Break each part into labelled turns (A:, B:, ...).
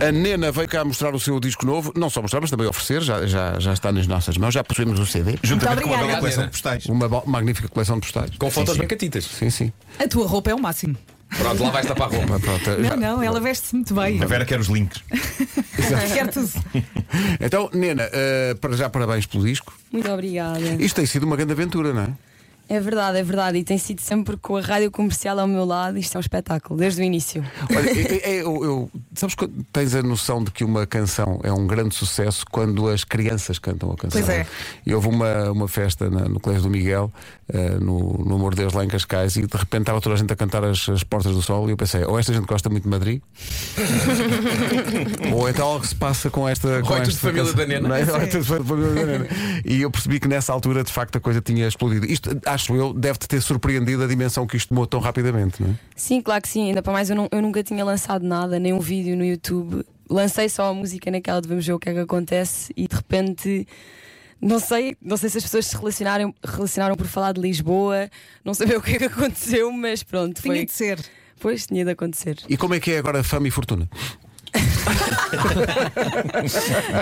A: A Nena veio cá mostrar o seu disco novo, não só mostrar, mas também oferecer, já, já, já está nas nossas mãos, já possuímos o CD.
B: Juntamente
C: Muito
B: com uma bela
C: obrigada.
B: coleção de postais.
A: Uma bo- magnífica coleção de postais.
B: Com fotos macatitas.
A: Sim, sim.
C: A tua roupa é o máximo.
B: Pronto, lá vais tapar a roupa.
A: Mas pronto, já-
C: Não, não, ela veste-se muito bem.
B: A Vera quer os links.
C: Quer tudo.
A: Então, Nena, eh, para já parabéns pelo disco.
D: Muito obrigada.
A: Isto tem sido uma grande aventura, não é?
D: É verdade, é verdade. E tem sido sempre com a rádio comercial ao meu lado. Isto é um espetáculo, desde o início.
A: Olha, é- é- é- eu, eu- sabes quando tens a noção de que uma canção é um grande sucesso quando as crianças cantam a canção.
C: Pois é.
A: E houve uma, uma festa na- no Colégio do Miguel, eh, no, no Amor de Deus, lá em Cascais, e de repente estava toda a gente a cantar as, as Portas do Sol. E eu pensei, ou esta gente gosta muito de Madrid, ou então algo se passa com esta. Com
B: Roitos de
A: esta
B: família
A: canção.
B: da Nena.
A: Não é? Roitos de família da Nena. E eu percebi que nessa altura, de facto, a coisa tinha explodido. Isto, acho eu, deve-te ter surpreendido a dimensão que isto tomou tão rapidamente, não é?
D: Sim, claro que sim. Ainda para mais, eu, não- eu nunca tinha lançado nada, nem um vídeo no YouTube. Lancei só a música naquela de vamos ver o que é que acontece e de repente. Não sei, não sei se as pessoas se relacionaram, relacionaram por falar de Lisboa, não sei bem o que é que aconteceu, mas pronto,
C: Tinha
D: foi,
C: de ser.
D: pois tinha de acontecer.
A: E como é que é agora fama e fortuna?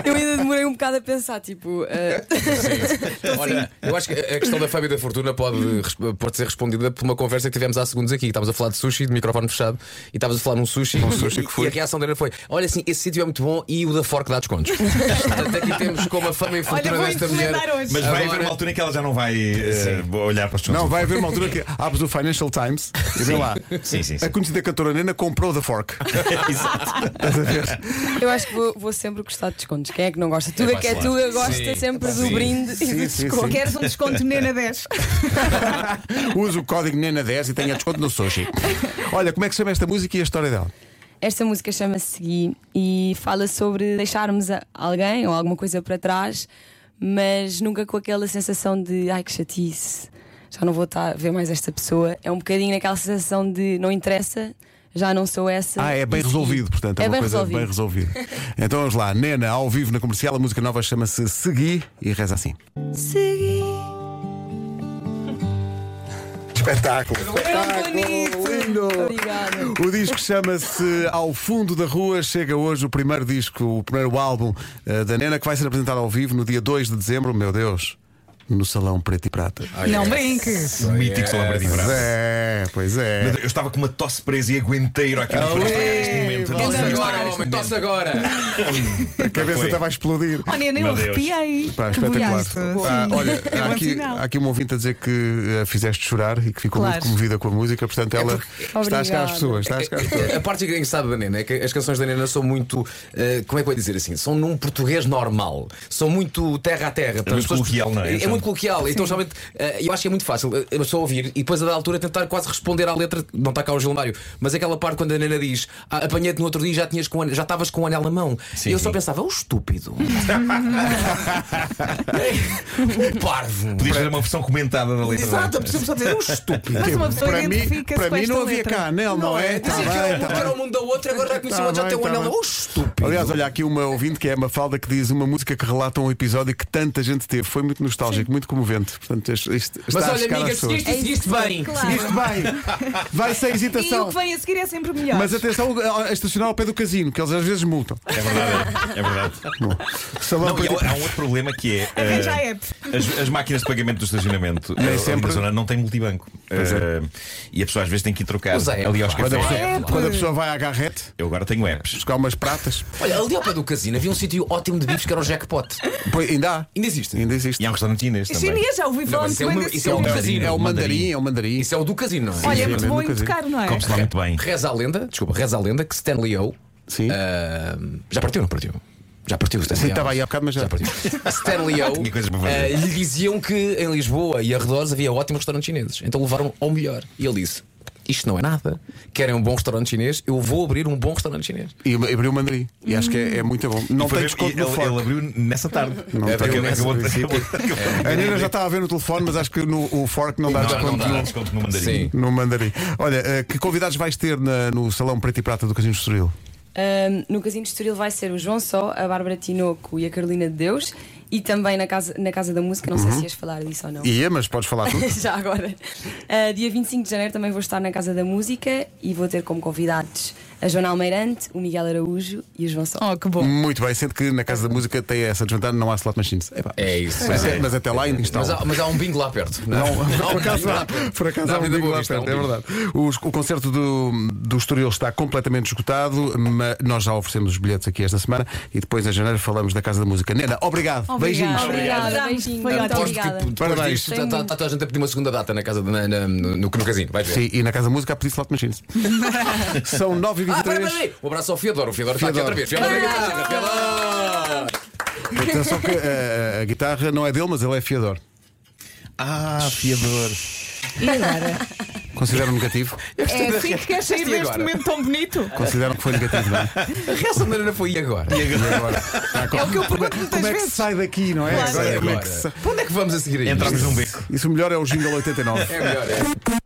D: Eu ainda demorei um bocado a pensar, tipo, ah,
B: Olha, eu acho que a questão da fama e da fortuna pode, res- pode ser respondida por uma conversa que tivemos há segundos aqui. Estávamos a falar de sushi, de microfone fechado, e estávamos a falar num sushi. Um
A: sushi
B: e,
A: que foi.
B: e a reação dele foi: Olha, assim, esse sítio é muito bom e o da Fork dá descontos. Portanto, aqui temos como a fama e fortuna
C: Olha, vou
B: desta mulher.
C: encomendar hoje.
B: Mas-
C: Mas...
B: Agora-
E: altura em que ela já não vai eh, olhar para as pessoas.
A: Não, vai haver uma altura que abres o Financial Times e vê lá.
E: Sim, sim, sim.
A: A conhecida cantora Nena comprou da Fork.
E: Exato.
A: Estás a ver?
D: Eu acho que vou, vou sempre gostar de descontos. Quem é que não gosta? Tudo
E: pá,
D: que é
E: claro.
D: Tuga gosta
B: Sim.
D: sempre do
E: Sim.
D: brinde e do
A: sim,
D: desconto.
C: Queres um desconto Nena 10?
A: Usa o código Nena10 e tenha desconto no sushi. Olha, como é que se chama esta música e a história dela?
D: Esta música chama-se Segui e fala sobre deixarmos a- alguém ou alguma coisa para trás, mas nunca com aquela sensação de ai que chatice, já não vou estar a ver mais esta pessoa. É um bocadinho naquela sensação de não interessa, já não sou essa.
A: Ah, é bem
D: e segui.
A: resolvido, portanto. É,
D: É
A: uma
D: bem
A: coisa
D: resolvido.
A: bem resolvida. Então vamos lá. Nena, ao vivo na comercial, a música nova chama-se Segui e reza assim.
D: Segui.
A: Espetáculo! É, Lindo!
D: Tá Obrigada.
A: O disco chama-se Ao Fundo da Rua. Chega hoje o primeiro disco, o primeiro álbum eh, da Nena, que vai ser apresentado ao vivo no dia 2 de dezembro, meu Deus, no Salão Preto e Prata.
C: Não brinques.
E: Um Mítico Salão Preto e
A: Pois
E: Branco.
A: é, pois
E: Meu
A: é.
E: Deus, Eu estava com uma tosse presa e aguentei aqui não foi estragar este momento.
B: Tosse
E: não foi
B: agora,
E: estragar
B: homem,
E: este
B: tosse agora.
E: momento.
A: A cabeça
E: Foi.
A: estava a explodir.
C: Oh, Nena, eu
E: Meu Deus.
C: arrepiei.
A: Pá, espetacular.
C: bonito.
A: Ah,
C: Sim.
A: olha,
C: É
A: há
C: bom
A: aqui,
C: sinal.
A: há aqui um ouvinte a dizer que a fizeste chorar e que ficou
C: Claro. É
A: muito comovida com a música, portanto ela está a chegar às
D: Obrigada.
A: pessoas. Está a chegar às pessoas.
B: A parte engraçada da Nena é que as canções da Nena são muito. eh, como é que eu ia dizer assim? São num português normal. São muito terra a terra. Portanto,
E: muito
B: as pessoas-
E: coloquial, não é?
B: É, muito coloquial. Então, geralmente, eh, eu acho que é muito fácil eh, a pessoa ouvir e depois, a da altura, tentar quase responder à letra. Não está cá o Gilmário, mas aquela parte quando a Nena diz: "Ah, apanhei-te no outro dia e já, tinhas com o anel- já estavas com o anel na mão.
E: Sim,
B: e eu só
E: sim.
B: pensava: o estúpido. o parvo.
E: Podias fazer uma versão comentada da letra. é?
B: Exato, precisamos só dizer: o estúpido.
C: Mas uma pessoa
A: Para mim,
C: identifica-se
A: para
C: com
A: mim
C: esta
A: não havia
C: letra.
A: cá anel, não, é? Tá
B: Dizia que
A: bem,
B: era um
A: tá
B: que era
A: bem.
B: o mundo da outra, agora já conheceu
A: Tá
B: outro, já
A: bem,
B: tem um
A: tá
B: anel.
A: bem.
B: O estúpido.
A: Aliás, olha, há aqui uma ouvinte que é a Mafalda que diz uma música que relata um episódio que tanta gente teve. Foi muito nostálgico, muito comovente. Portanto, isto isto está
B: Mas
A: a
B: olha,
A: chegar
B: amiga,
A: às pessoas.
B: seguiste e seguiste bem.
C: Claro.
A: Seguiste bem, vai sem
C: Ah. E o
A: hesitação.
C: que vem a seguir é sempre melhor.
A: Mas atenção a estacionar ao pé do casino, que eles às vezes multam.
E: É verdade, é verdade.
A: Bom, Salão
E: Não, e
A: Preto e
E: há, há um outro problema que é.
C: Arranja
E: eh,
C: a app.
E: As, as máquinas de pagamento do estacionamento eh, ali
A: sempre. é.
E: na zona não têm multibanco. Eh, e a pessoa às vezes tem que ir trocar
B: Usa app,
E: ali aos
B: claro. É,
A: Quando a,
E: cafés.
A: pessoa,
C: Claro.
A: quando a pessoa vai à garrete
E: Eu agora tenho apps.
A: buscar umas pratas,
B: Olha, ali ao pé do casino havia um sítio ótimo de bifes que era o jackpot.
A: pois, ainda há.
B: Ainda existe.
A: Ainda
E: E
A: existe.
E: há um restaurante chinês
C: É
E: também.
C: Chinês, já ouvi
B: Não,
C: falar
B: mas
C: muito
B: isso é
C: bem
B: um-
C: desse
B: isso é um
C: filme.
B: casino.
A: É o mandarim, é o mandarim.
B: Isso é o do casino, não é?
C: Olha, é
A: Sim,
C: muito
A: é
C: bom
A: mesmo
C: em tocar, não é?
E: Come-se lá muito bem.
B: Reza a lenda, desculpa, reza a lenda que Stan Leo.
A: Sim.
B: ah, já partiu, não partiu? Já partiu o Stan
A: Sim,
B: Leo.
A: estava aí há bocado, mas já-
B: partiu. Stan Leo
E: Tinha coisas para fazer.
B: ah, lhe diziam que em Lisboa e arredores havia ótimos restaurantes chineses. Então levaram ao melhor. E ele disse: Isto não é nada. Querem um bom restaurante chinês? Eu vou abrir um bom restaurante chinês.
A: E abriu o mandarim. E acho que é, é muito bom. Não
E: Foi
A: tem
E: mesmo-
A: desconto
E: e
A: no
E: ele,
A: Fork.
E: ele abriu nessa tarde.
A: Não tem.
E: Acabou- acabou-
A: Sim.
E: acabou-
A: A Nina já estava a ver no telefone, mas acho que no, o Fork não dá
E: É, Não, não
A: desconto
E: dá
A: nenhum.
E: desconto no mandarim.
B: Sim.
A: No mandarim. Olha, eh, que convidados vais ter na- no Salão Preto e Prata do Casino de Estoril?
D: Ahm, no Casino de Estoril vai ser o João Só, a Bárbara Tinoco e a Carolina de Deus e também na Casa, na casa da Música, não sei
A: Uhum.
D: se ias falar disso ou não.
B: é,
A: Ia, mas podes falar tudo.
D: Já Eh, agora. Ah, dia 25 de janeiro também vou estar na Casa da Música e vou ter como convidados a Joana Almeirante, o Miguel Araújo e o João Sol.
C: Oh, que bom.
A: Muito bem, sendo que na casa da música tem essa desvantagem, não há slot machines. Epá,
B: É isso.
A: Mas,
B: É.
A: mas até lá ainda
B: Mas
A: instalam.
B: há, mas há um bingo lá perto. Não, Há um
A: Por acaso,
B: bingo lá
A: há-
B: perto.
A: por acaso
B: Na
A: há um
B: Avenida
A: bingo
B: Boa
A: lá
B: Vista,
A: perto,
B: há
A: é
B: um bingo.
A: verdade. Os- o concerto do, do Estoril está completamente esgotado, mas nós já oferecemos os bilhetes aqui esta semana e depois em janeiro falamos da Casa da Música. Nena, obrigado.
C: Obrigado.
A: Beijinhos.
D: Obrigada,
C: Obrigada.
D: beijinho.
C: Foi
D: Muito
C: ótimo.
D: obrigada.
B: Tipo, depois
A: Parabéns.
B: disto, Está está- está toda a gente a pedir uma segunda data na casa de- na- na- no, no, no casino. Vai ver.
A: Sim, e na Casa da Música há pedido slot machines. São 9h23.
B: Ah, peraí, peraí. Um abraço ao Fiodoro. O Fiodoro está aqui outra
A: Fiodoro.
B: vez. Fiodoro. Fiodoro.
A: Atenção que eh, a, guitarra não é dele, mas ele é fiador.
E: Ah, fiador.
C: E agora?
A: Consideram negativo?
C: É assim que queres sair
B: E
C: deste
B: agora?
C: momento tão bonito?
A: Consideram que foi negativo, não é?
B: A reação da Ana foi e agora?
A: E agora? Ah,
C: É
A: como,
C: o que eu pergunto muitas
A: como é que se
C: vezes.
A: sai daqui, não é?
C: Claro.
A: Agora,
B: E
A: como é
B: agora?
A: que se sai?
B: Para onde é que vamos a seguir aí?
E: Entramos num beco.
A: Isso melhor é o Jingle 89.
B: É melhor, é.